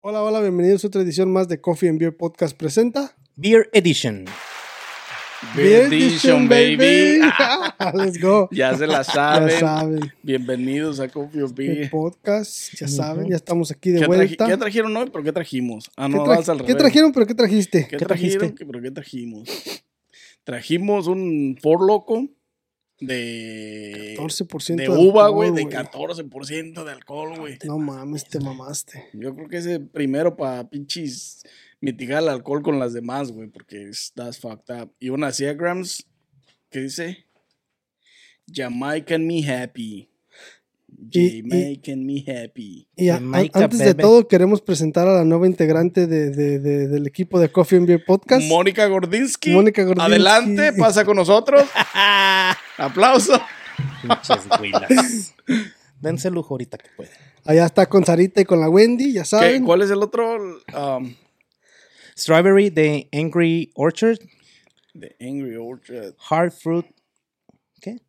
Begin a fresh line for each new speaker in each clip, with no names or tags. Hola, hola, bienvenidos a otra edición más de Coffee and Beer Podcast presenta
Beer Edition.
Beer Edition, baby.
Let's go.
Ya se la
Ya
saben.
saben,
Bienvenidos a Coffee or
el
Beer.
podcast, ya saben, ya estamos aquí
¿Qué,
de
traji-
vuelta.
qué trajieron hoy? ¿Pero qué trajimos? Ah,
¿Qué
no,
tra-
vas al
qué
revés.
trajeron, pero qué trajiste?
¿Qué,
¿Qué
trajeron?
trajiste?
¿Qué- ¿Pero qué trajimos? Trajimos un por loco de,
14%
de
de
uva,
alcohol,
güey, de 14% de alcohol, güey.
No mames, te mamaste.
Yo creo que ese primero para pinches mitigar el alcohol con las demás, güey, porque estás fucked up. Y una 100 grams que dice Jamaican me happy.
Y- y-
Jamaican me happy.
Y a-
Jamaica,
antes de
bebé.
todo, queremos presentar a la nueva integrante de, de- de- del equipo de Coffee and Beer Podcast.
Mónica Gordinsky.
Mónica Gordinsky.
Adelante, pasa con nosotros. Aplauso.
Pinches güilas. Dense lujo ahorita que pueden.
Allá está con Sarita y con la Wendy, ya
¿Qué-
saben.
¿Cuál es el otro? Um,
Strawberry de Angry Orchard.
the Angry Orchard.
Hard Fruit. ¿Qué?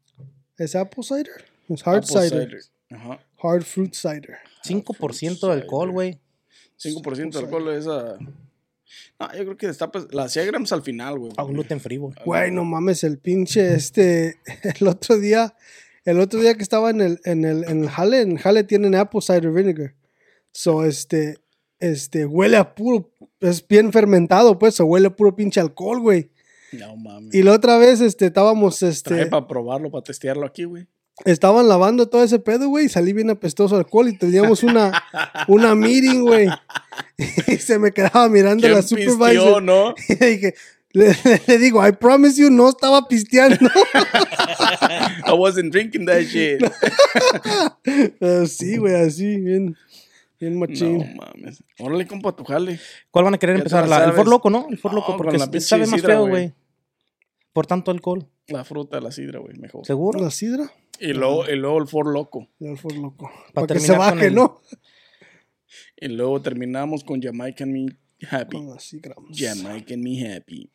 Es apple cider. Es hard
Apple
cider.
cider. Ajá.
Hard fruit cider.
5% de alcohol, güey.
5% de alcohol esa. No, yo creo que destapas la 100 grams al final, güey.
A gluten free, güey.
Güey, no mames, el pinche este. El otro día, el otro día que estaba en el, en el, en el jale, en el jale tienen apple cider vinegar. So, este, este, huele a puro, es bien fermentado, pues, o huele a puro pinche alcohol, güey.
No mames.
Y la otra vez, este, estábamos,
Traje
este,
para probarlo, para testearlo aquí, güey.
estaban lavando todo ese pedo, güey, y salí bien apestoso de alcohol y teníamos una, una meeting, güey. Y se me quedaba mirando la
¿Quién pisteó,
supervisor.
no?
Y le dije, le, le- le digo, I promise you, no estaba pisteando.
I wasn't drinking that shit.
Pero sí, güey, así, bien, bien machín.
no mames. Órale, compa, tu jale.
¿Cuál van a querer
Ya te
empezar?
la
La- el
sabes.
For Loco, ¿no? El For
No,
Loco,
con
porque
la
s-
pinche
sabe más
sidra,
feo,
güey.
güey. Por tanto alcohol.
La fruta, la sidra, güey, mejor.
¿Seguro?
¿La sidra?
Y luego, y luego el for loco.
Ya el for loco. Para
Pa'
que se
terminar con
baje,
el-
¿no?
Y luego terminamos con Jamaican Me Happy.
Con las gramos.
Jamaican Me Happy.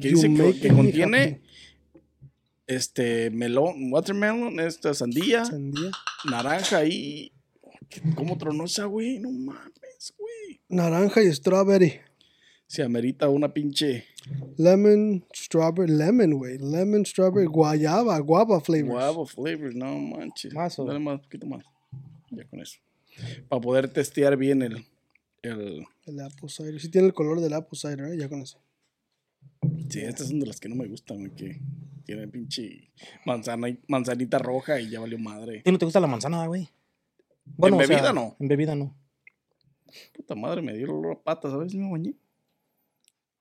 Que
You
dice
make
que, que
me
contiene
happy.
este melón, watermelon, esta sandía,
Sandía.
naranja y. ¿Cómo tronó esa, güey? No mames, güey.
Naranja y strawberry.
Se amerita una pinche
Lemon, strawberry, lemon, güey. Lemon, strawberry, guayaba, guava flavors.
Guava flavors, no manches.
Más o-
Dale más, poquito más. Ya con eso. Para poder testear bien el. el...
El apple cider. Sí tiene el color del apple cider, ¿eh? Ya con eso.
Sí, estas son de las que no me gustan, güey, que tiene pinche manzana y- manzanita roja y ya valió madre.
¿Y no te gusta la manzana, güey? o sea,
bebida no?
En bebida no.
Puta madre, me dio el olor a patas, ¿sabes? Me bañé.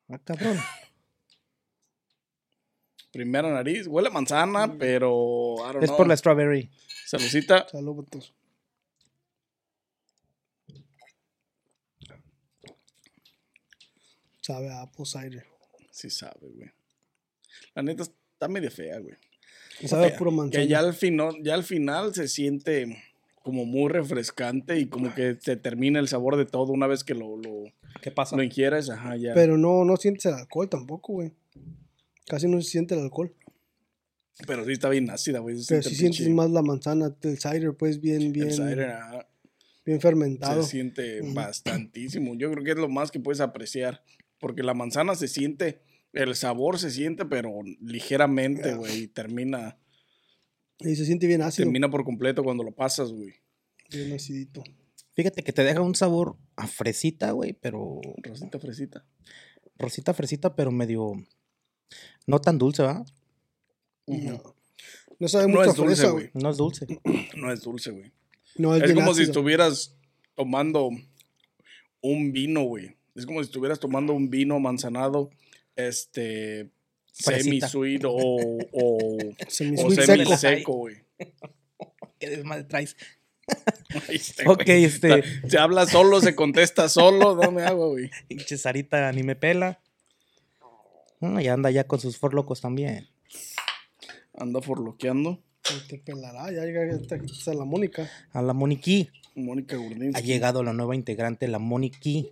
Ah, cabrón.
Primera nariz, huele a manzana, pero. I don't
Mm. es
know.
por la strawberry.
Salucita.
Salud, vatos. Sabe a apple cider.
Sí, sabe, güey. La neta está media fea, güey.
Sabe
Ya,
a puro manzana.
Que ya al, final, ya al final se siente como muy refrescante y como que se termina el sabor de todo una vez que lo, lo,
¿Qué pasa?
lo ingieres. Ajá, ya. Pero,
Pero no, no sientes el alcohol tampoco, güey. Casi no se siente el alcohol.
sí está bien ácida, güey. se
Pero sí
siente el
sientes
pinche-
más la manzana, el cider, pues bien, bien,
el cider, ajá,
bien fermentado.
se siente bastantísimo. Yo creo que es lo más que puedes apreciar. Porque la manzana se siente, el sabor se siente, pero
Ah.
ligeramente, güey. Y termina,
Y se siente bien ácido.
termina por completo cuando lo pasas, güey.
Bien acidito.
Fíjate que te deja un sabor a fresita, güey, pero.
Rosita, fresita.
Rosita fresita, pero medio. No tan dulce, ¿verdad?
No. No sabe
No
mucho a
es dulce,
fresa,
güey.
güey.
No es dulce.
No es dulce, güey.
No, es,
Es
bien
como si
ácido.
estuvieras tomando un vino, güey. Es como si estuvieras tomando un vino manzanado, este,
Fresita.
semi-sweet o, o,
Se me
o
hizo seco.
semi-seco, güey.
¿Qué desmadre traes?
Este,
Ok,
güey,
este-
ta- Se habla solo, se contesta solo. Dame agua, güey.
Pinche Sarita ni me pela. Ah, y anda ya con sus forlocos también.
Anda forloqueando.
Te pelará, ya llega esta, esta la Mónica.
A la Moniquí.
Mónica Gurdín.
Ha llegado la nueva integrante, la Moniquí.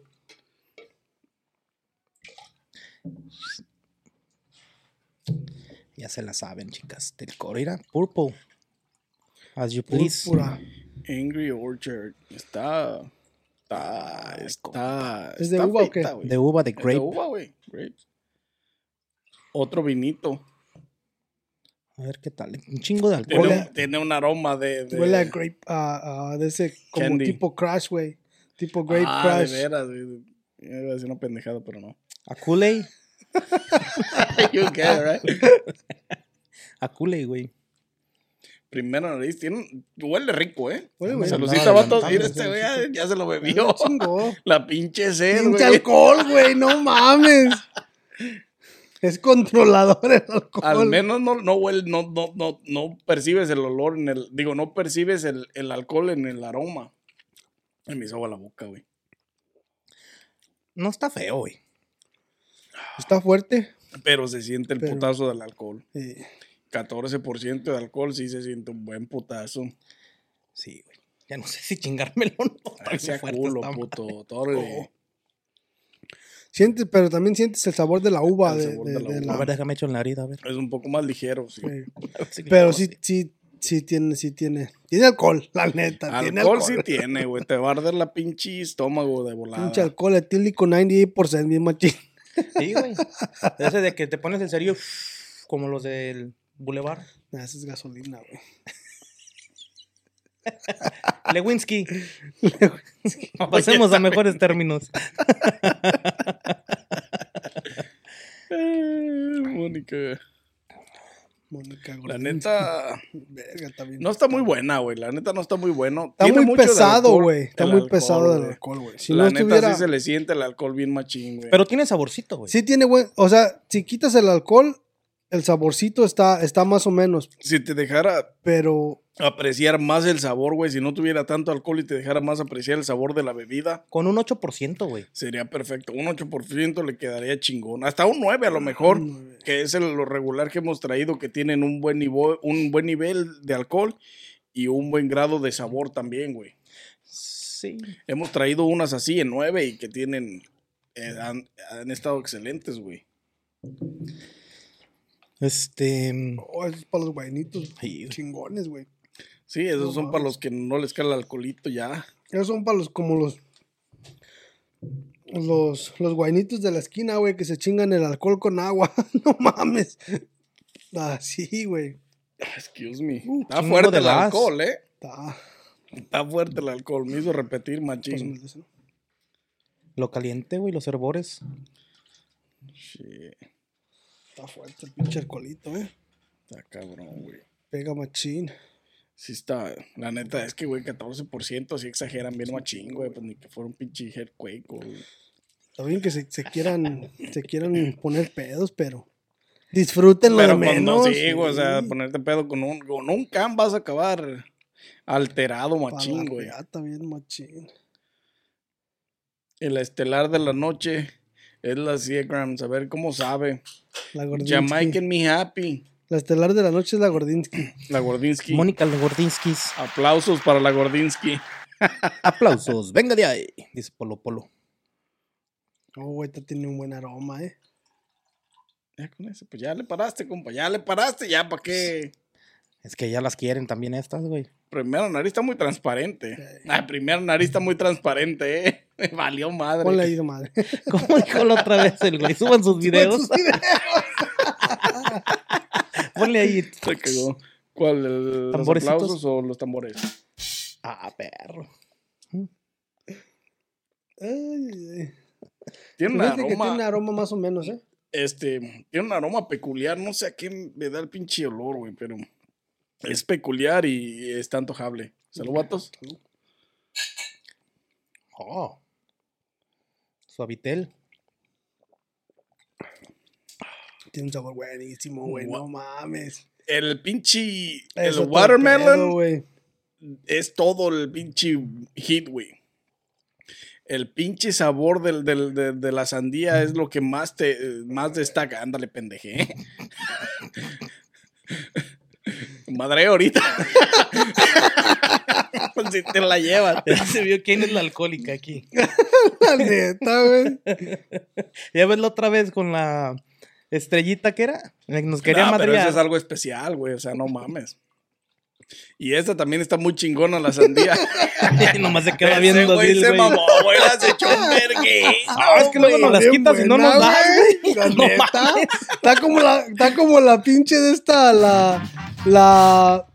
Ya se la saben, chicas. Del coro, mira, Purple. As you please.
Púrpura.
Angry Orchard. Está. Está. Está.
¿Es de
está
uva o qué?
feita, güey.
De uva de
Es
grape.
De uva, güey. Grapes. Otro vinito.
A ver qué tal. Un chingo de alcohol.
Tiene,
Huele-
un- tiene un aroma de. de-
Huele a grape, a, a- de ese como
Candy.
tipo crash, güey. Tipo grape
ah,
crash.
De veras, güey. Yo Iba a decir una pendejada, pero no.
A Kool-Aid.
You get it, right?
A Kool-Aid, güey.
Primera nariz. Tiene un- huele rico, ¿eh?
Huele, güey.
Ya me
Salud.
Saludcita, vatos.
adelantando,
Mira, este güey ya, ya se lo bebió.
Chingó.
La pinche sed,
Pinche
güey.
alcohol, güey, no mames. Es controlador el alcohol.
Al menos no, no huele, no, no, no, no percibes el olor en el, digo, no percibes el, el alcohol en el aroma. Ay, Me hizo agua la boca, güey.
No está feo, güey.
Está fuerte.
Pero se siente el
Pero-
putazo del alcohol.
Sí.
14% de alcohol sí se siente un buen putazo.
Sí, güey. Ya no sé si chingármelo o no. Está
Ay,
bien
sea
fuerte
culo,
esta madre.
puto.
Oh.
Torre.
Sientes, pero también sientes el sabor de la uva.
El
de-
sabor
de-
de la
de
uva.
la-
A ver, déjame echar en la herida, a ver.
Es un poco más ligero, sí.
Sí.
A ver si
Pero
me
sí,
jode.
sí, sí tiene, sí tiene. Tiene alcohol, la neta. tiene
Alcohol
alcohol.
sí tiene, güey. Te va a arder la pinche estómago de volada.
Pinche alcohol etílico 98%, bien machín.
Sí, güey. Ese de que te pones el cerillo como los del Boulevard.
Nah, esa es gasolina, güey.
Lewinsky. Pasemos a mejores términos.
Eh, Mónica.
Mónica
La
Gordín.
neta.
Verga, está bien.
No está muy buena, güey. La neta no está muy bueno.
está
Tiene
muy
mucho del
pesado,
alcohol,
güey. Está
del
muy
alcohol,
pesado el
güey.
alcohol, güey. Si
la
no
neta
estuviera.
sí se le siente el alcohol bien machín, güey.
Pero tiene saborcito, güey.
Sí tiene buen, o sea, si quitas el alcohol, el saborcito está, está más o menos,
si te dejara
pero
apreciar más el sabor, güey, si no tuviera tanto alcohol y te dejara más apreciar el sabor de la bebida,
Con un 8%, güey.
sería perfecto. Un 8% le quedaría chingón. Hasta un 9 a lo mejor,
nueve.
que es el- lo regular que hemos traído, que tienen un buen, nivo- un buen nivel de alcohol y un buen grado de sabor también, güey.
Sí.
Hemos traído unas así en 9 y que tienen... eh, han, han estado excelentes, güey.
Este.
oh, es para los vainitos
Sí, güey.
chingones, güey.
Sí, esos
No
son para los que no les cae el alcoholito ya.
Esos son para los como los los los guainitos de la esquina, güey, que se chingan el alcohol con agua. no mames. Así, güey.
Excuse me.
Uh,
Está
chingo
fuerte
de
el
gas.
alcohol, ¿eh?
Está.
Está fuerte el alcohol. Me hizo repetir, machín.
pues, ¿no?
Lo caliente, güey, los hervores.
Shit.
Está fuerte el pinche alcoholito, eh.
Está cabrón, güey.
Pega machín.
Sí está. La neta es que, güey, 14% sí exageran bien machín, güey. Pues ni que fuera un pinche earthquake, güey.
Está bien que se, se quieran se quieran poner pedos, pero disfrútenlo
Pero
de
cuando
menos.
sí, güey, o sea,
sí.
ponerte pedo con un, con un can vas a acabar alterado,
Pa' la
machín, güey.
riata, bien machín.
En la estelar de la noche es la Seagrams. A ver cómo sabe.
La Gordinsky.
Jamaican Me Happy.
La estelar de la noche es la Gordinsky.
La Gordinsky.
Mónica Gordinskis.
Aplausos para la Gordinsky.
Aplausos. Venga de ahí. Dice Polo Polo.
Oh, güey, esta tiene un buen aroma, eh.
Ya con eso, pues ya le paraste, compa, ya le paraste, ya para qué.
Es que ya las quieren también estas, güey.
Primera nariz está muy transparente. La primera nariz está muy transparente, eh. Me valió madre.
Ponle ahí de madre.
¿Cómo dijo la otra vez el güey? Suban sus videos. Ponle ahí.
Se cagó. ¿Cuál? el- ¿Los
¿Tamborecitos?
aplausos o los tambores?
Ah, perro.
Ay, ay,
Tiene
ay.
un
Pues Fíjate que tiene un
aroma,
aroma más o menos, eh.
este, tiene un aroma peculiar, no sé a quién le da el pinche olor, güey, pero es peculiar y está antojable. Salud, vatos.
Oh. Suavitel.
Tiene un sabor buenísimo, güey.
Gua-
No mames.
El pinche,
Es
el
otro
watermelon
pedo, güey.
es todo el pinche hit, güey. El pinche sabor del, del- de, de la sandía es lo que más te más destaca. Ándale, pendeje. ¿eh? Madre ahorita. si te la llevas.
Ya se vio quién es la alcohólica aquí.
La neta, güey.
Ya ves la otra vez con la estrellita que era. La que Nos quería
No, pero
madrear.
eso es algo especial, güey. O sea, no mames. Y esta también está muy chingona, la sandía.
Nomás se queda
Ese
viendo así
güey
el
se
güey.
mamó, güey. Las echó un verguero,
Ah, es que luego nos las
Bien
quitas y no
buena,
nos das, güey.
La
No
neta. Está como la, está como la pinche de esta, la, la,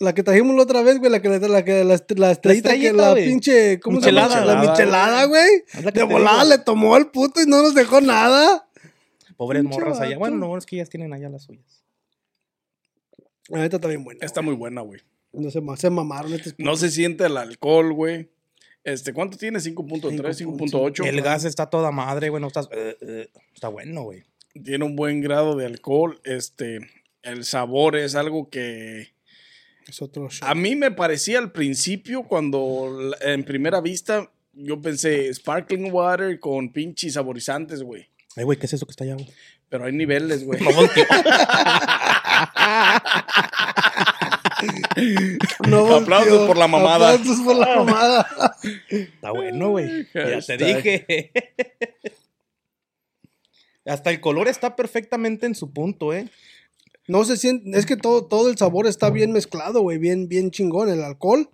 la que trajimos la otra vez, güey, la que, la, la, que- la, est- la estrellita, que
estrellita,
la
güey.
pinche, ¿cómo se llama?
Michelada.
La michelada,
Es
güey.
la que
De
te
volada
digo.
le tomó el puto y no nos dejó nada.
Pobres
Pinche
morras allá.
vato.
Bueno, lo bueno es que ellas tienen allá las suyas.
La neta está bien buena.
Está muy buena, güey.
No se, ma- se mamaron estos
No se siente el alcohol, güey. Este, ¿cuánto tiene? 5.3, 5.8.
El gas está toda madre, güey. No estás. eh, eh, está bueno, güey.
Tiene un buen grado de alcohol. Este, el sabor es algo que
Es otro show.
a mí me parecía al principio cuando la- en primera vista yo pensé sparkling water con pinches saborizantes, güey.
Ay, güey, ¿qué es eso que está allá, güey?
Pero hay niveles, güey.
No volteó.
Aplausos por la mamada.
Aplausos por la mamada.
Está bueno, güey. Ya te
Hashtag.
dije. Hasta el color está perfectamente en su punto, ¿eh?
No se siente, es que todo, todo el sabor está bien mezclado, güey, bien, bien chingón. El alcohol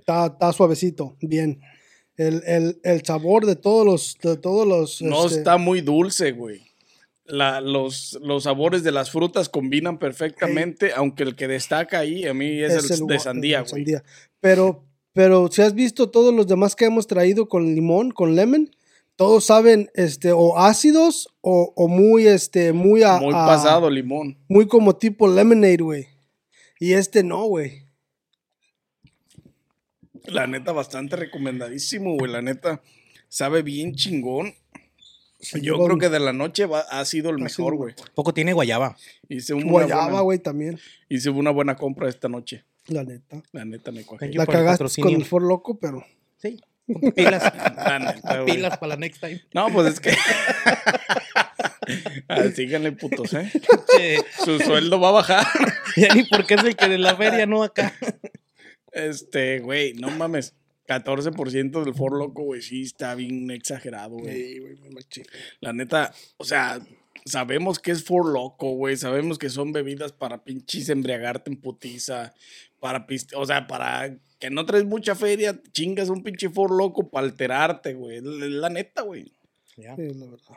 está, está suavecito, bien. El, el, el sabor de todos los, de todos los.
No
este,
está muy dulce, güey. La- los, los sabores de las frutas combinan perfectamente, aunque el que destaca ahí a mí es, el,
gua-
de
el
sandía, güey.
sandía. Pero, pero si has visto todos los demás que hemos traído con limón, con lemon, todos saben, este, o ácidos o, o muy, este, muy a-
Muy
a-
pasado limón.
Muy como tipo lemonade, güey. Y este no, güey.
La neta, bastante recomendadísimo, güey. La neta, sabe bien chingón. Yo
güey.
creo que de la noche va- ha sido el
Ha sido
mejor,
el
güey.
Poco tiene guayaba.
Hice una,
Guayaba,
buena,
güey, también.
hice una buena compra esta noche.
La neta.
La neta, me cogí.
Thank you
La
por el
cagaste con
patrocinio.
el For Loco, pero.
Sí. Con Pilas.
La neta, güey.
pilas para la next time.
No, pues es que. Ah, Síganle, putos, ¿eh?
Che,
Su sueldo va a bajar.
ya ni porque es el que de la feria, no acá.
Este, güey, no mames. 14% del For Loco, güey, sí está bien exagerado, güey. La neta, o sea, sabemos que es For Loco, güey. Sabemos que son bebidas para pinches embriagarte en putiza. Para, piste- o sea, para que no traes mucha feria, chingas un pinche For Loco para alterarte, güey. Es La, la neta, güey.
Sí, la verdad.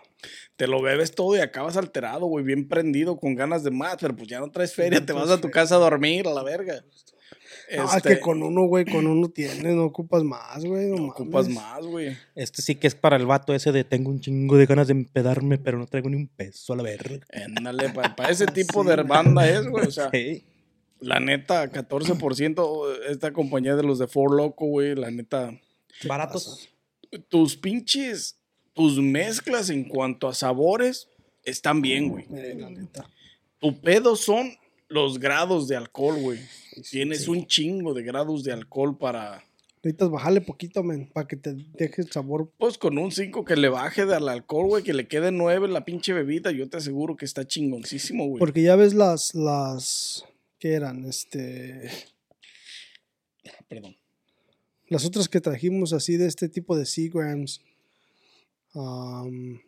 Te lo bebes todo y acabas alterado, güey, bien prendido, con ganas de más, pero pues ya no traes feria, te vas a tu casa a dormir, a la verga.
No, Ah, es
Este,
que con uno, güey, con uno tienes, no ocupas más, güey. No,
no ocupas
mames.
más, güey.
Este sí que es para el vato ese de tengo un chingo de ganas de empedarme, pero no traigo ni un peso a la verga.
Ándale, para ese tipo de banda es, güey. O sea,
Sí.
la neta, 14% esta compañía de los de Four Loco, güey. La neta,
Baratos.
tus pinches, tus mezclas en cuanto a sabores están bien, güey.
Eh, la neta.
Tu pedo son los grados de alcohol, güey. Tienes un chingo de grados de alcohol para.
Necesitas bajarle poquito, men, para que te deje el sabor.
Pues con un 5 que le baje del alcohol, güey, que le quede 9 la pinche bebida, yo te aseguro que está chingoncísimo, güey.
Porque ya ves las, las, ¿qué eran? Este,
Perdón.
las otras que trajimos así de este tipo de Seagrams. Um,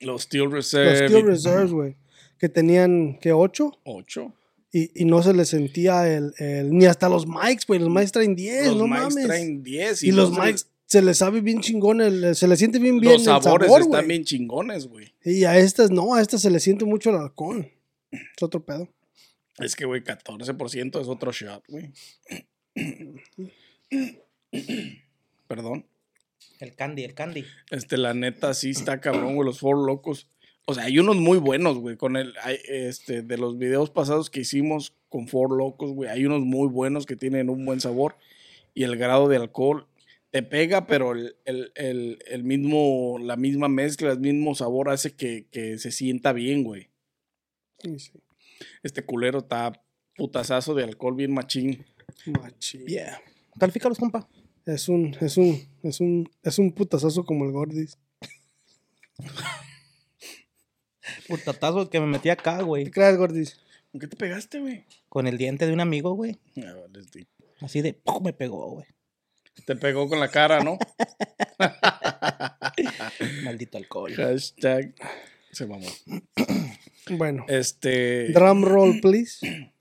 Los Steel Reserve.
los Steel Reserves, güey. Que tenían, ¿qué? ¿Ocho?
8.
Y, y no se le sentía el, el- Ni hasta los mics, güey. Los mics traen 10,
Los
no
mics
mames.
traen 10
y los
no se les-
mics se les sabe bien chingón, el- se les siente bien bien
los
el
sabores
sabor,
están
güey.
bien chingones, güey.
Y a estas no, a estas se les siente mucho el alcohol. Es otro pedo.
Es que, güey, 14% es otro shot, güey. Perdón.
El candy, el candy.
Este, la neta, sí está cabrón, güey, los Four Locos. O sea, hay unos muy buenos, güey, con el, hay, este, de los videos pasados que hicimos con Four Locos, güey, hay unos muy buenos que tienen un buen sabor y el grado de alcohol te pega, pero el, el- el- el mismo, la misma mezcla, el mismo sabor hace que, que se sienta bien, güey.
Sí, sí.
Este culero está putazazo de alcohol bien machín.
Machín.
Yeah. Califícalos, compa.
Es un, es un, es un, es un putazazo como el Gordis.
Putatazo que me metí acá,
¿Qué
güey.
crees, Gordis?
¿Con qué te pegaste, güey?
Con el diente de un amigo, güey.
Ah, vale, sí.
Así de, ¡pum! me pegó, güey.
Te pegó con la cara, ¿no?
Maldito alcohol.
Hashtag. Se mamó.
Bueno.
Este.
Drum roll, please.
eh,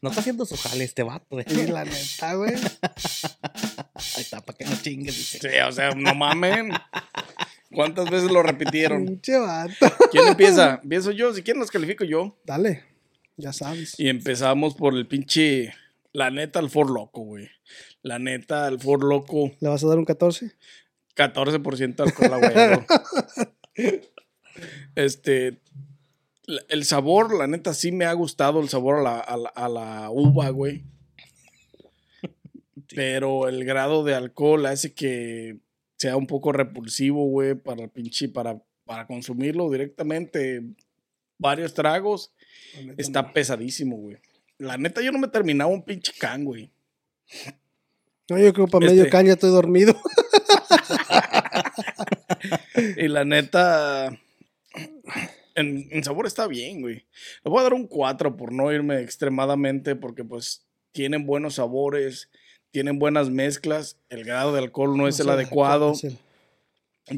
No está haciendo su jale este vato, güey.
Sí, la neta, Ah, güey.
Ahí está, para que no chingues, dice.
Sí, o sea, no mamen. ¿Cuántas veces lo repitieron?
Pinche vato.
¿Quién empieza? Empiezo yo, si quieren los califico yo.
Dale. Ya sabes.
Y empezamos por el pinche. La neta, al For Loco, güey. La neta, al For Loco,
¿Le vas a dar un 14?
14% alcohol agüero. Este. la- El sabor, la neta, sí me ha gustado el sabor a la, a la- a la uva, güey. Pero el grado de alcohol hace que sea un poco repulsivo, güey, para el pinche, para, para consumirlo directamente. Varios tragos.
La neta,
Está
no.
pesadísimo, güey. La neta, yo no me terminaba un pinche can, güey.
No, yo creo para medio
Este.
caña estoy dormido.
Y la neta. En, en sabor está bien, güey. Le voy a dar un 4 por no irme extremadamente, porque pues tienen buenos sabores, tienen buenas mezclas. El grado de alcohol no es el adecuado,
Es el-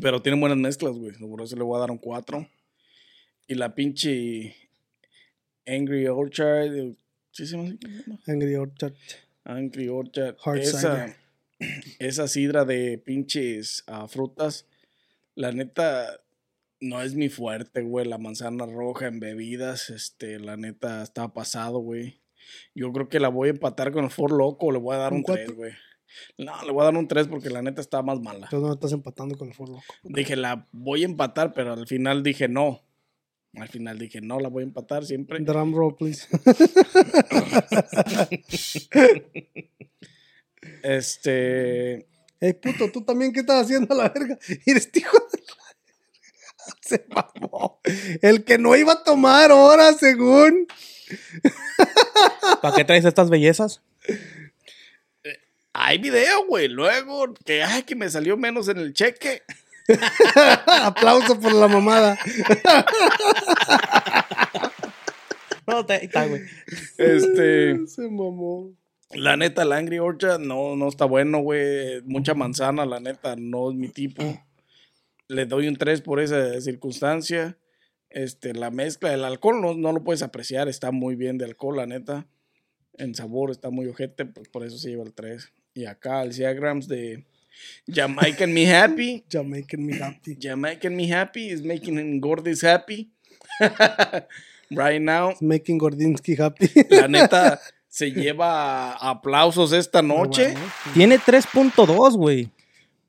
pero tienen buenas mezclas, güey. Por eso le voy a dar un 4. Y la pinche Angry Orchard. eh, ¿Sí se llama así? ¿Cómo se llama?
Angry Orchard.
Angry Orchard.
Hard
esa, esa sidra de pinches ah, frutas. La neta, no es mi fuerte, güey. La manzana roja en bebidas, este, la neta, está pasado, güey. Yo creo que la voy a empatar con el For Loco. Le voy a dar
¿Un
un 3,
cuatro?
güey. No, le voy a dar un 3 porque la neta está más mala.
Entonces no estás empatando con el Ford Loco.
Dije, la voy a empatar, pero al final dije no. Al final dije, no, la voy a empatar siempre.
Drum roll, please.
Este.
Ey, Eh, puto, tú también, ¿qué estás haciendo a la verga? Y este hijo de la verga se mamó. El que no iba a tomar ahora, según.
¿Para qué traes estas bellezas?
Hay video, güey. Luego, que, ay, que me salió menos en el cheque.
Aplauso por la mamada.
No, te- ahí está, güey.
Este,
Se mamó.
la neta, el Angry Orchard no, no está bueno, güey. Mucha manzana, la neta, no es mi tipo. Le doy un 3 por esa circunstancia. Este, la mezcla, el alcohol no, no lo puedes apreciar. Está muy bien de alcohol, la neta. En sabor está muy ojete, pues, por eso se lleva el 3. Y acá, el Seagrams de Jamaican Me Happy.
Jamaican me happy.
Yeah, making me happy is making him Gordis happy. right now,
Making Gordinsky happy.
la neta se lleva aplausos esta noche
Tiene 3.2, güey.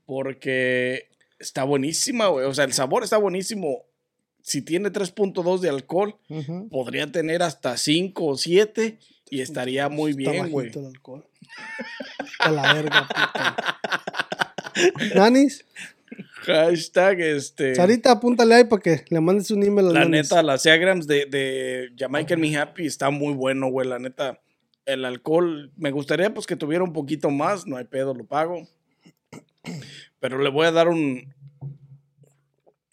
porque está buenísima, güey. O sea, el sabor está buenísimo. Si tiene 3.2 de alcohol, podría tener hasta 5 o 7 y estaría muy
Está
bien, güey.
bajito el alcohol. A la verga, puto. Nanis,
Hashtag este.
Sarita, apúntale ahí para que le mandes un email a
La
Nanis.
neta, las Seagrams de, de Jamaican Me Happy está muy bueno, güey. La neta, el alcohol, me gustaría pues que tuviera un poquito más, no hay pedo, lo pago. Pero le voy a dar un.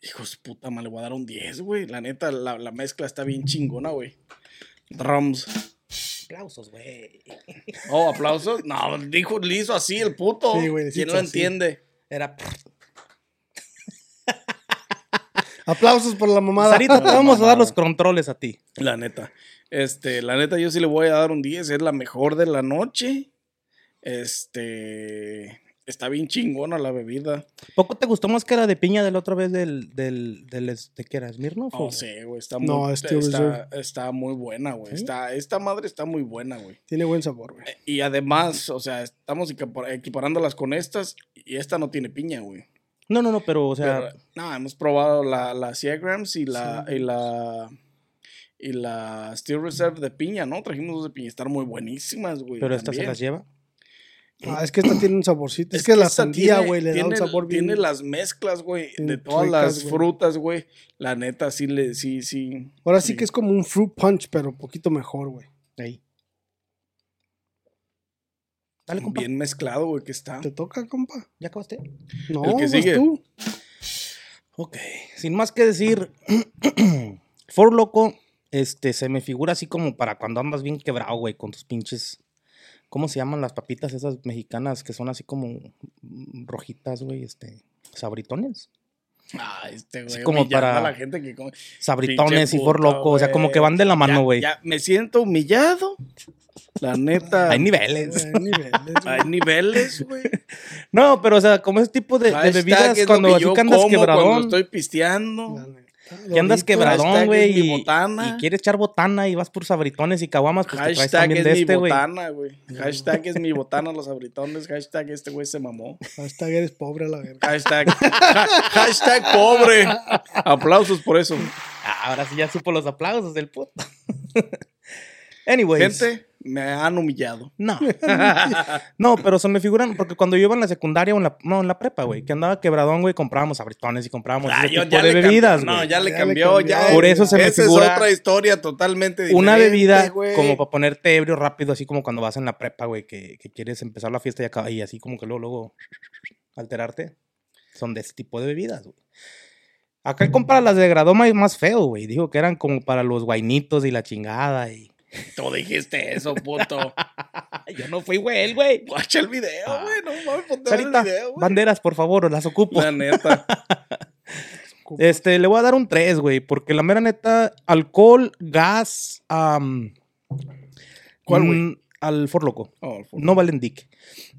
Hijo de su puta madre, le voy a dar un 10, güey. La neta, la, la mezcla está bien chingona, güey. Drums.
Aplausos, güey.
Oh, aplausos. No, dijo, le hizo así el puto.
Sí, güey, le
¿Quién
hizo
lo
así.
entiende?
Era.
Aplausos por la mamada.
Sarita, te vamos a dar los controles a ti.
La neta. Este, la neta, yo sí le voy a dar un 10. Es la mejor de la noche. Este. Está bien chingona la bebida.
¿Poco te gustó más que la de piña de la otra vez del. del, del, este, ¿Qué era? ¿Smirnoff?
Oh,
No
o-
sé, güey. Está,
No,
muy,
este
está,
reserve.
está muy buena, güey.
¿Sí?
Está, esta madre está muy buena, güey.
Tiene buen sabor, güey.
Y además, o sea, estamos equipar- equiparándolas con estas. Y esta no tiene piña, güey.
No, no, no, pero, o sea.
Pero, no, hemos probado la, la Seagrams y la, y la. Y la Steel Reserve de piña, ¿no? Trajimos dos de piña. Están muy buenísimas, güey.
Pero esta se
también.
las lleva.
Eh,
Ah, es que esta tiene un saborcito. Es, que, la
esa
sandía,
tiene-
güey, le da
tiene-
un sabor bien.
Tiene las mezclas, güey,
bien
de todas
ricas,
las
güey.
frutas, güey. La neta, sí, le, sí, sí.
Ahora sí que es como un fruit punch, pero un poquito mejor, güey.
Ahí. Dale, compa.
Bien mezclado, güey, que está.
Te toca, compa.
¿Ya acabaste?
No,
Ah. El que
pues
sigue.
tú.
Ok. Sin más que decir, For Loco, este, se me figura así como para cuando andas bien quebrado, güey, con tus pinches. ¿Cómo se llaman las papitas esas mexicanas que son así como mm, rojitas, güey? Este. Sabritones.
Ah, este, güey.
Es como
humillando
para-
a la gente que come.
Sabritones
Pinche
y For
puta,
Loco. O sea, como
güey.
que van de la mano,
Ya-
güey.
ya, me siento humillado. La neta.
Hay
Eh,
niveles.
Güey, niveles, güey.
Hay niveles, güey.
No, pero o sea, como ese tipo de, de
Hashtag
bebidas
es lo
cuando
que
así
yo
que andas
como
quebradón.
Cuando estoy pisteando.
La neta,
Que andas
Doritos,
quebradón,
hashtag
güey.
es mi
Y,
botana.
y quieres echar botana y vas por sabritones y caguamas, pues te traes
Hashtag
también
es
de
mi
este, güey.
botana, güey. Hashtag es mi botana, los abritones. Hashtag este güey se mamó.
Hashtag eres pobre a la verga.
Hashtag, ha- hashtag pobre. Aplausos por eso.
Ah, Ahora sí ya supo los aplausos del puto.
Pues.
Anyways.
Gente, me han humillado.
No. no, pero se me figuran, porque cuando yo iba en la secundaria o en la, no, en la prepa, güey, que andaba quebradón, güey, comprábamos abritones y comprábamos
Ah,
ese
yo-
tipo
ya
de
le cambió.
bebidas,
No,
güey.
ya le
Ya le
cambió.
cambió.
ya-
Por eso se me
Esa
figura
es otra historia totalmente diferente.
Una bebida
güey.
como para ponerte ebrio rápido, así como cuando vas en la prepa, güey, que, que quieres empezar la fiesta y, acaba, y así como que luego, luego alterarte. Son de ese tipo de bebidas, güey. Acá compra las de Gradoma y más feo, güey. Dijo que eran como para los guainitos y la chingada. Y...
Tú dijiste eso, puto.
Yo no fui, güey, el güey.
Guacha el video, güey. No mames, ponte a ver
Sarita,
el video, güey.
banderas, por favor, las ocupo.
La neta.
Este, le voy a dar un 3, güey, porque la mera neta, alcohol, gas, am,
¿Cuál, güey?
mm, al forloco.
Oh, por-
No valen dick.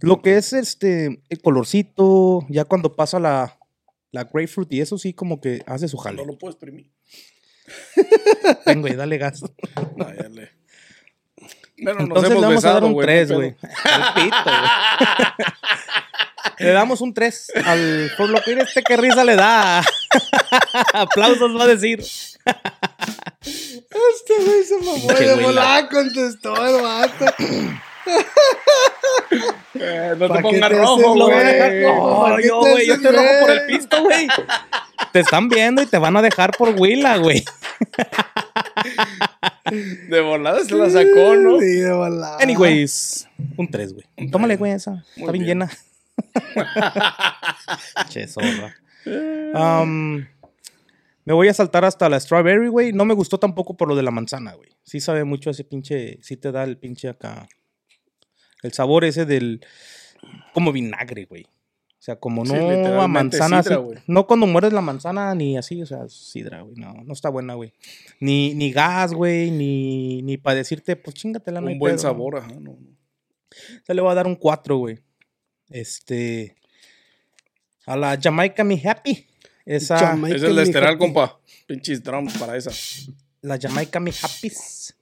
Lo que es este, el colorcito, ya cuando pasa la, la grapefruit y eso sí como que hace su
no
jale.
lo puedo exprimir.
Ven, güey, dale gas.
No, ya le- Bueno, nos
Entonces le
hemos
vamos a dar
besado,
un
güey,
3,
no
güey.
pedo.
Al pito, güey. Le damos un 3 al por lo que mira este que risa le da. Aplausos va a decir.
Este güey se mamó
Pinche
y de
güey,
volada contestó el vato.
Eh, no
¿Pa'
te
qué
pongas
te
rojo,
haces,
Lo van a
güey?
dejar-
güey.
No,
¿Por qué
yo,
te
güey, yo
haces,
te rojo por el
güey?
pisto, güey. Te están viendo y te van a dejar por Huila, güey.
De volada se la sacó, ¿no?
Sí, de volada.
Anyways, un 3, güey. Tómale, güey, esa. Está bien,
bien.
llena. che, zorra. Um, me voy a saltar hasta la strawberry, güey. No me gustó tampoco por lo de la manzana, güey. Sí sabe mucho ese pinche. Sí te da el pinche acá. El sabor ese del. Como vinagre, güey. O sea, como
Sí,
no a
literalmente
manzana
sidra,
así-
güey.
No cuando mueres la manzana ni así, o sea, sidra, güey. No, no está buena, güey. Ni, ni gas, güey, ni, ni para decirte, pues chingatela, no hay
Un buen
pedo.
sabor, ajá. no, no.
Se le va a dar un 4, güey. Este. A la Jamaica Mi Happy. Esa.
Jamaica,
Esa es
mi
la esteral,
hijo.
compa. Pinches drums para esa.
la Jamaica Mi Happy's.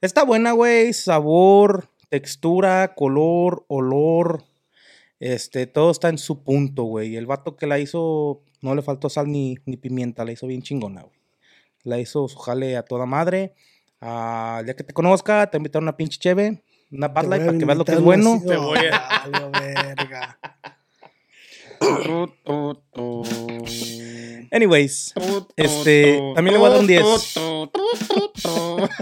Está buena, güey. Sabor, textura, color, olor. Este, todo está en su punto, güey. El vato que la hizo, no le faltó sal ni, ni pimienta, la hizo bien chingona, güey. La hizo su jale a toda madre. Ah, ya que te conozca, te invito a una pinche cheve, una Bud
Te voy
Light
a
para que veas lo que es
invitar una
bueno.
así-
Te voy
Ah, la verga.
Tu, tu, tu.
Anyways,
Tu, tu,
Este,
tu.
también le voy a dar un
Tu,
10.
tu, tu, tu, tu.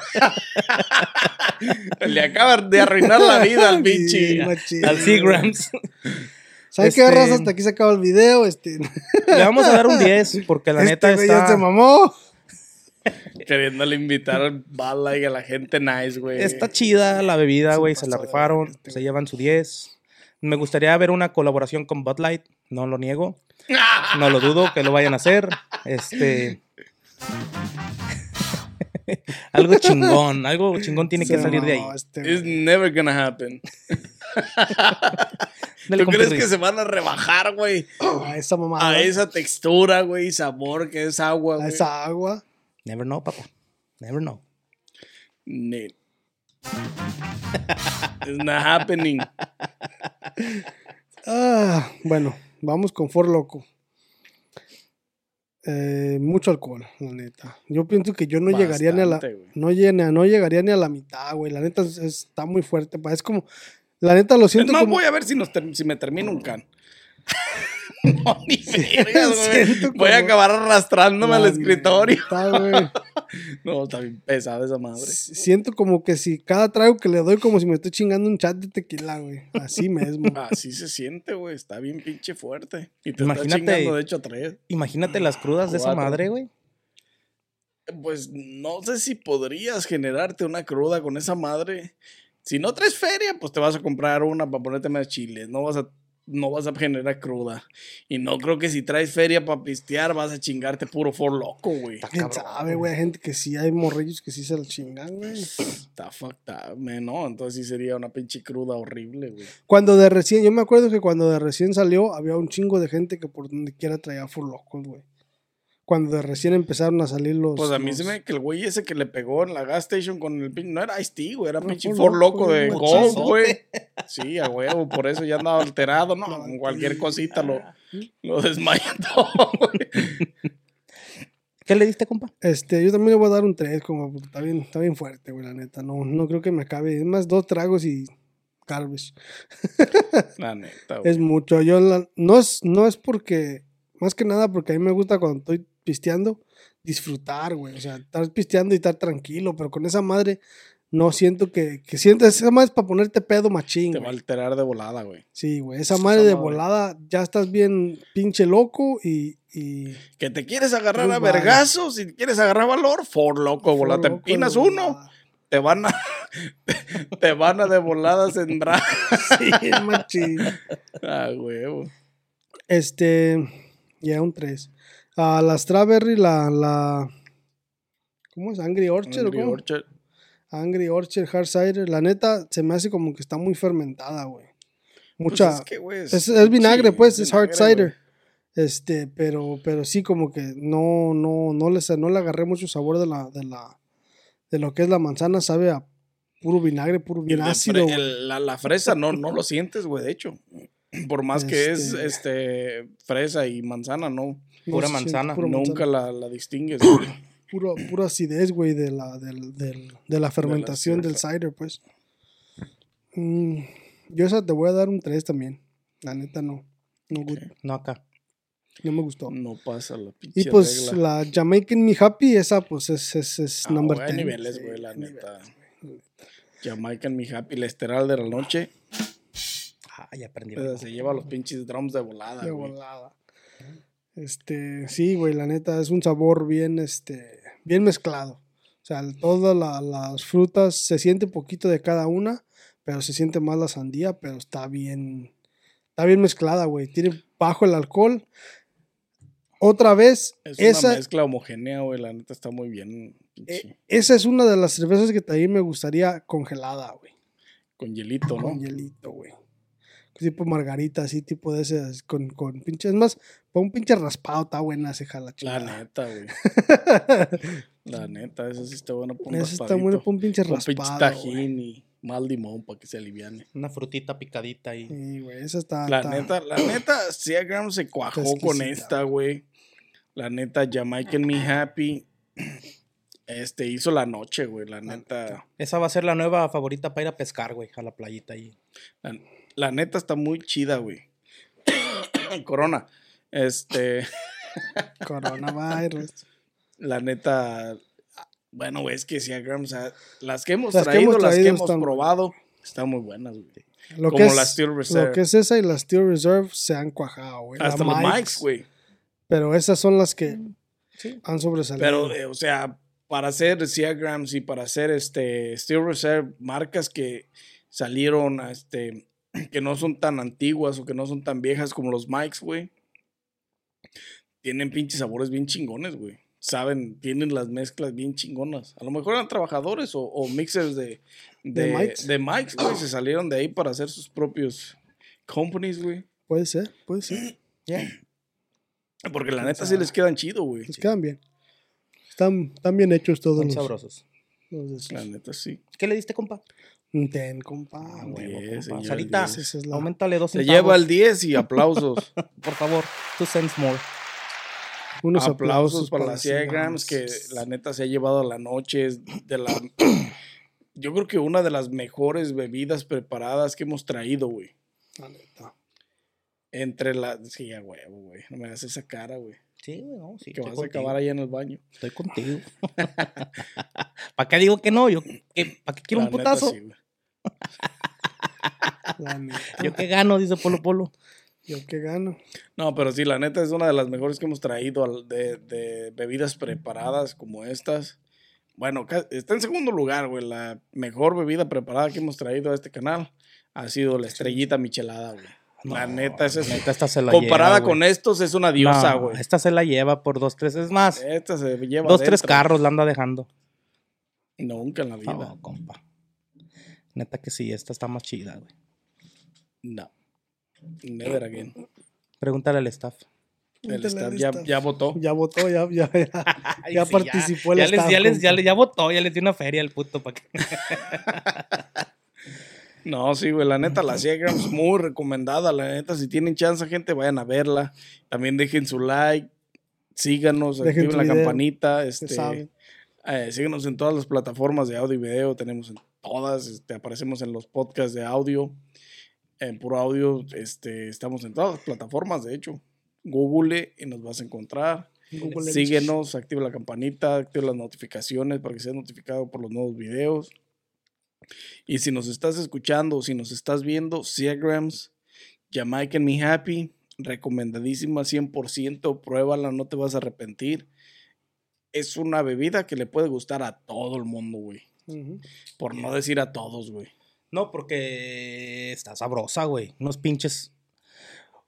Le acaban de arruinar la vida al
Sí,
pinche.
machín.
al Seagrams.
¿Sabes qué,
Este-
raza? Hasta aquí se acaba el video. Este,
Le vamos a dar un 10 porque la
este
neta
güey ya
está...
se mamó.
Queriéndole invitar al bala y a la gente nice, güey.
Está chida la bebida, güey. Se la
pasó de
rifaron.
verga este
Se llevan su 10. Me gustaría ver una colaboración con Bud Light. No lo niego. No lo dudo que lo vayan a hacer. Este. algo chingón. Algo chingón tiene que
Se
salir de ahí.
mamó este
It's
güey.
never gonna happen.
Dale,
¿Tú
compi,
crees
Riz.
que se van a rebajar, güey?
Ah, esa mamada.
A esa textura, güey, y sabor que es agua,
a
güey.
esa agua.
Never know, papá. Never know.
Nel. It's not happening.
Ah, bueno, vamos con For Loco. Eh, mucho alcohol, la neta. Yo pienso que yo no llegaría ni a la.
Bastante, güey.
No, llena, no llegaría ni a la mitad, güey. La neta es- está muy fuerte. pa. Es como. La neta lo
Es
siento
más,
como.
voy a ver si, nos ter- si me termino un can. No, ni vergas, güey.
siento
Voy a
como-
acabar arrastrándome
la
al escritorio.
neta, güey.
No, está bien pesada esa madre.
S- Siento como que si cada trago que le doy, como si me estoy chingando un chat de tequila, güey. Así mismo.
Así se siente, güey. Está bien pinche fuerte. Y te está
Imagínate-
chingando, de hecho, a tres.
Imagínate las crudas de esa
Cuatro.
madre, güey.
Pues no sé si podrías generarte una cruda con esa madre. Si no traes feria, pues te vas a comprar una para ponerte más chiles. No vas a, no vas a generar cruda. Y no creo que si traes feria para pistear, vas a chingarte puro for loco, güey.
¿Quién sabe, güey? Hay gente que sí, hay morrillos que sí se la chingan, güey.
Está fucked up, man, ¿no? Entonces sí sería una pinche cruda horrible, güey.
Cuando de recién, yo me acuerdo que cuando de recién salió, había un chingo de gente que por donde quiera traía full locos, güey. Cuando de recién empezaron a salir los.
Pues a mí
los-
se me que el güey ese que le pegó en la gas station con el pinche. No era Ice T, güey, era
No,
pinche
fue
for
loco,
loco de
un
Gold,
machizote.
güey. Sí, a huevo, por eso ya andaba alterado, ¿no? Con cualquier cosita lo,
Ah.
lo desmaya todo, güey.
¿Qué le diste, compa?
Este, yo también le voy a dar un 3, como porque está bien, está bien fuerte, güey, la neta. No, no creo que me acabe. Es más, dos tragos y garbage.
La neta, güey.
Es mucho. Yo la- no, es, no es porque, más que nada porque a mí me gusta cuando estoy pisteando, disfrutar, güey. O sea, estar pisteando y estar tranquilo, pero con esa madre no siento que, que sientes, esa madre es para ponerte pedo machín.
Te va a
güey.
alterar de volada, güey.
Sí, güey, esa
Esa
madre de
madre.
volada ya estás bien pinche loco y, y
Que te quieres agarrar
Muy
a
mal.
vergazos, si quieres agarrar valor, for loco, volada. Te
loco de
empinas uno,
volada.
te van a. Te van a de volada sembrar.
Sí, machín.
Ah, huevo.
Este, ya un 3. A la Strawberry, la, la, ¿cómo es? Angry Orchard,
Angry
¿o cómo?
Orchard. Pues
Angry Orchard Hard Cider. La neta, se me hace como que está muy fermentada, güey.
Pues
Mucha.
es, que, güey,
es, es vinagre,
sí,
pues, es hard
vinagre, güey.
cider. Este, pero, pero sí, como que no, no, no le, sa- no le agarré mucho sabor de la, de la, de lo que es la manzana, sabe a puro vinagre, puro
Y el
bien
de
ácido.
fre-
güey.
el- la, la fresa no, no lo sientes, güey, de hecho. Por más que es este fresa y manzana, no.
No
pura
se siente
manzana,
pura
nunca
manzana.
la, la distingues. güey.
Puro- pura acidez, güey, de la, del, del- de la fermentación del cider, pues. Mm, yo esa te voy a dar un 3 también. La neta, no. No, gu-
No acá.
no me gustó.
No pasa la pinche
Y pues
Mm, regla.
la Jamaican Mi Happy, esa pues es, es, es
Ah,
number
güey,
10.
hay niveles,
sí,
güey, la
hay niveles.
neta. Jamaican, mi happy, la esteral de la noche.
Ah, ya aprendí.
eh, Se lleva los pinches drums de volada,
De
güey.
volada. Este, sí, güey, la neta es un sabor bien, este, bien mezclado. O sea, el- todas la- las frutas se siente poquito de cada una, pero se siente más la sandía, pero está bien, está bien mezclada, güey. Tiene bajo el alcohol. Otra vez,
Es una
esa,
mezcla homogénea, güey, la neta está muy bien. pinche,
eh, esa es una de las cervezas que también me gustaría congelada, güey.
Con hielito, ¿no?
Con hielito, güey. Tipo margarita, así, tipo de esas, con, con pinche. Es más, para un pinche raspado está buena, se jala
La
chingada.
neta, güey. La neta, eso sí está bueno. para un
Eso está
raspadito.
bueno para un pinche
Con pinche
raspado. güey.
tajín y más limón para que se aliviane.
Una frutita picadita ahí.
Sí, güey, esa está.
la
está-
neta, la neta, Seagram se cuajó
Está
con
exquisita.
esta, güey. La neta, Jamaican Me Happy. Este hizo la noche, güey. La neta.
Esa va a ser la nueva favorita para ir a pescar, güey, a la playita ahí.
La, la neta está muy chida, güey. Corona. Este.
Coronavirus.
La neta. Bueno, güey, es que Seagram, o sea, las que hemos
Las que
traído,
hemos
las que
traído
hemos
están buenas.
probado, están muy buenas, güey.
Lo
Como
que es,
la Steel Reserve.
Lo que es esa y la Steel Reserve se han cuajado, güey. La
Hasta los
Mike's,
mics, güey.
Pero esas son las que han sobresalido.
Pero, eh, o sea, para hacer Seagrams y para hacer este Steel Reserve, marcas que salieron, este, que no son tan antiguas o que no son tan viejas como los Mikes, güey, tienen pinches sabores bien chingones, güey. Saben, tienen las mezclas bien chingonas. A lo mejor eran trabajadores o, o mixers de, de,
¿De Mikes?
de Mikes, güey. Se salieron de ahí para hacer sus propios companies, güey.
Puede ser, puede ser.
Porque la neta sí les quedan chido, güey.
Les quedan bien. Están, están bien hechos todos
Son
los.
sabrosos.
los de esos.
La neta sí.
¿Qué le diste, compa?
Un Ten, compa.
Ah,
güey.
huevo,
diez,
compa.
señor,
Sarita,
diez.
Esa es la-
aumentale dos
Se
centavos.
lleva el 10 y aplausos.
Por favor, two cents more.
Unos
aplausos, para la
Sea
100 grams que
Grams.
la neta se ha llevado a la noche es de la yo creo que una de las mejores bebidas preparadas que hemos traído güey
La neta.
Entre las. Sí, a huevo, güey. No me hagas esa cara, güey.
Sí, güey, no, sí.
Que
estoy
vas a
contigo,
acabar allá en el baño.
Estoy contigo. ¿Para qué digo que no? Yo, ¿qué- ¿Para qué quiero
La
un
neta,
putazo?
sí, güey.
La neta,
Yo qué gano, dice Polo Polo.
yo qué gano.
no, pero sí, la neta es una de las mejores que hemos traído al- de, de bebidas preparadas como estas. Bueno, ca- está en segundo lugar, güey. La mejor bebida preparada que hemos traído a este canal ha sido la estrellita michelada, güey. la
No,
neta, esa es
la neta, esta se la
Comparada
lleva,
con
güey.
estos, es una diosa,
No,
güey.
Esta se la lleva por dos, tres. Es más,
Esta se lleva.
dos, tres
dentro.
carros la anda dejando.
Nunca en la vida.
No, compa. Neta que sí, esta está más chida, güey.
No. Never again.
Pregúntale al staff.
El
Pregúntale
staff
al
ya,
staff.
ya votó.
Ya votó, ya, ya, ya, ya
sí,
participó
ya
el
les,
staff,
ya, les, ya,
compa.
les- ya votó, ya les dio una feria al puto para que.
No, sí, güey. La neta, la 100 grams muy recomendada. La neta, si tienen chance, gente, vayan a verla. También dejen su like. Síganos,
Dejen
activen
tu
la
video,
campanita.
Ya
Este,
saben.
eh, síganos en todas las plataformas de audio y video. Tenemos en todas. Este, aparecemos en los podcasts de audio. En puro audio. Este, estamos en todas las plataformas, de hecho. Google y nos vas a encontrar.
Google
Síguenos, activa la campanita, activa las notificaciones para que seas notificado por los nuevos videos. Y si nos estás escuchando o si nos estás viendo, Seagrams, Jamaican Me Happy, recomendadísima 100%, pruébala, no te vas a arrepentir. Es una bebida que le puede gustar a todo el mundo, güey.
Ujú.
Por no decir a todos, güey.
No, porque está sabrosa, güey. Unos pinches.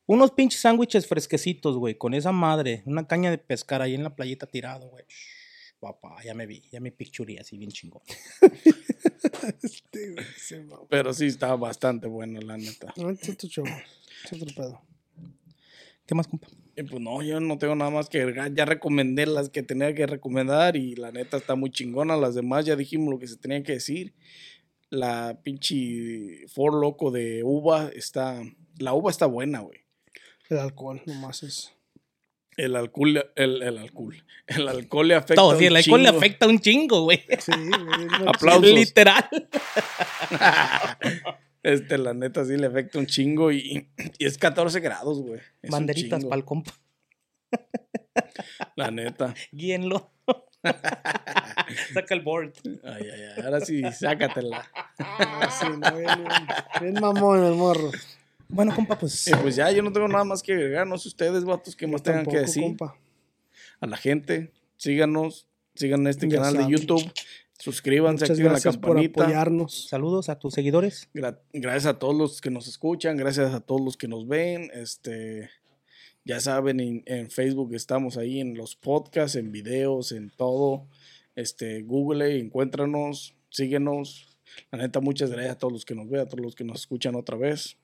Unos pinches sándwiches fresquecitos, güey. Con esa madre. Una caña de pescar ahí en la playita tirado, güey. Shh, Papá, ya me vi. Ya me picturé así bien chingón.
Sí, güey, se mamó.
Pero sí está bastante buena, la neta.
No, Este es otro show, Este es otro pedo.
¿Qué más, compa?
Y pues no, yo no tengo nada más que agregar. Ya recomendé las que tenía que recomendar y la neta está muy chingona. Las demás ya dijimos lo que se tenía que decir. La pinche for loco de uva está. La uva está buena, güey.
El alcohol nomás es.
El alcohol, le- el, el alcohol. El alcohol le afecta.
Todo,
un
sí, el alcohol le
chingo.
afecta un chingo, güey.
Sí, güey, es lo-
Aplausos.
Literal.
Este, la neta sí le afecta un chingo y, y es 14 grados, güey. Es un
Banderitas
chingo,
para el compa.
La neta.
Guíenlo. Saca el board.
Ay, ay, ay. Ahora sí, sácatela.
Ah, sí, no, bien, bien, bien mamón el morro.
Bueno, compa, pues.
Y pues ya, yo no tengo nada más que agregar. No sé ustedes, vatos, que más
Yo
tengan que
tampoco,
decir.
compa.
a la gente. Síganos, sigan este
Ya
canal
saben.
de YouTube, suscríbanse,
Muchas
activen la
gracias por
campanita.
apoyarnos.
Saludos a tus seguidores.
Gra- gracias a todos los que nos escuchan, gracias a todos los que nos ven. Este, ya saben, en, en Facebook estamos ahí en los podcasts, en videos, en todo. Este, Google, encuéntranos, síguenos. La neta, muchas gracias a todos los que nos ven, a todos los que nos escuchan otra vez.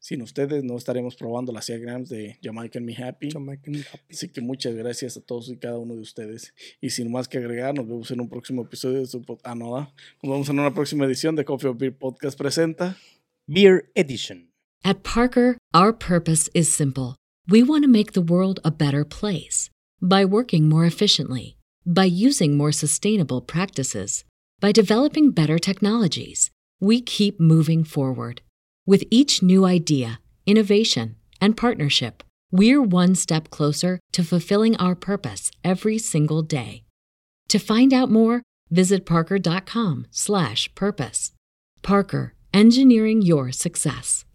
Sin ustedes no estaremos probando las 100 grams de Jamaican Me Happy.
Jamaican Happy.
Así que muchas gracias a todos y cada uno de ustedes. Y sin más que agregar, nos vemos en un próximo episodio de su podcast. Ah, no, ¿verdad? Nos vemos en una próxima edición de Coffee or Beer Podcast presenta.
Beer Edition.
At Parker, our purpose is simple. We want to make the world a better place by working more efficiently, by using more sustainable practices, by developing better technologies. We keep moving forward. With each new idea, innovation, and partnership, we're one step closer to fulfilling our purpose every single day. To find out more, visit parker.com/purpose. Parker, engineering your success.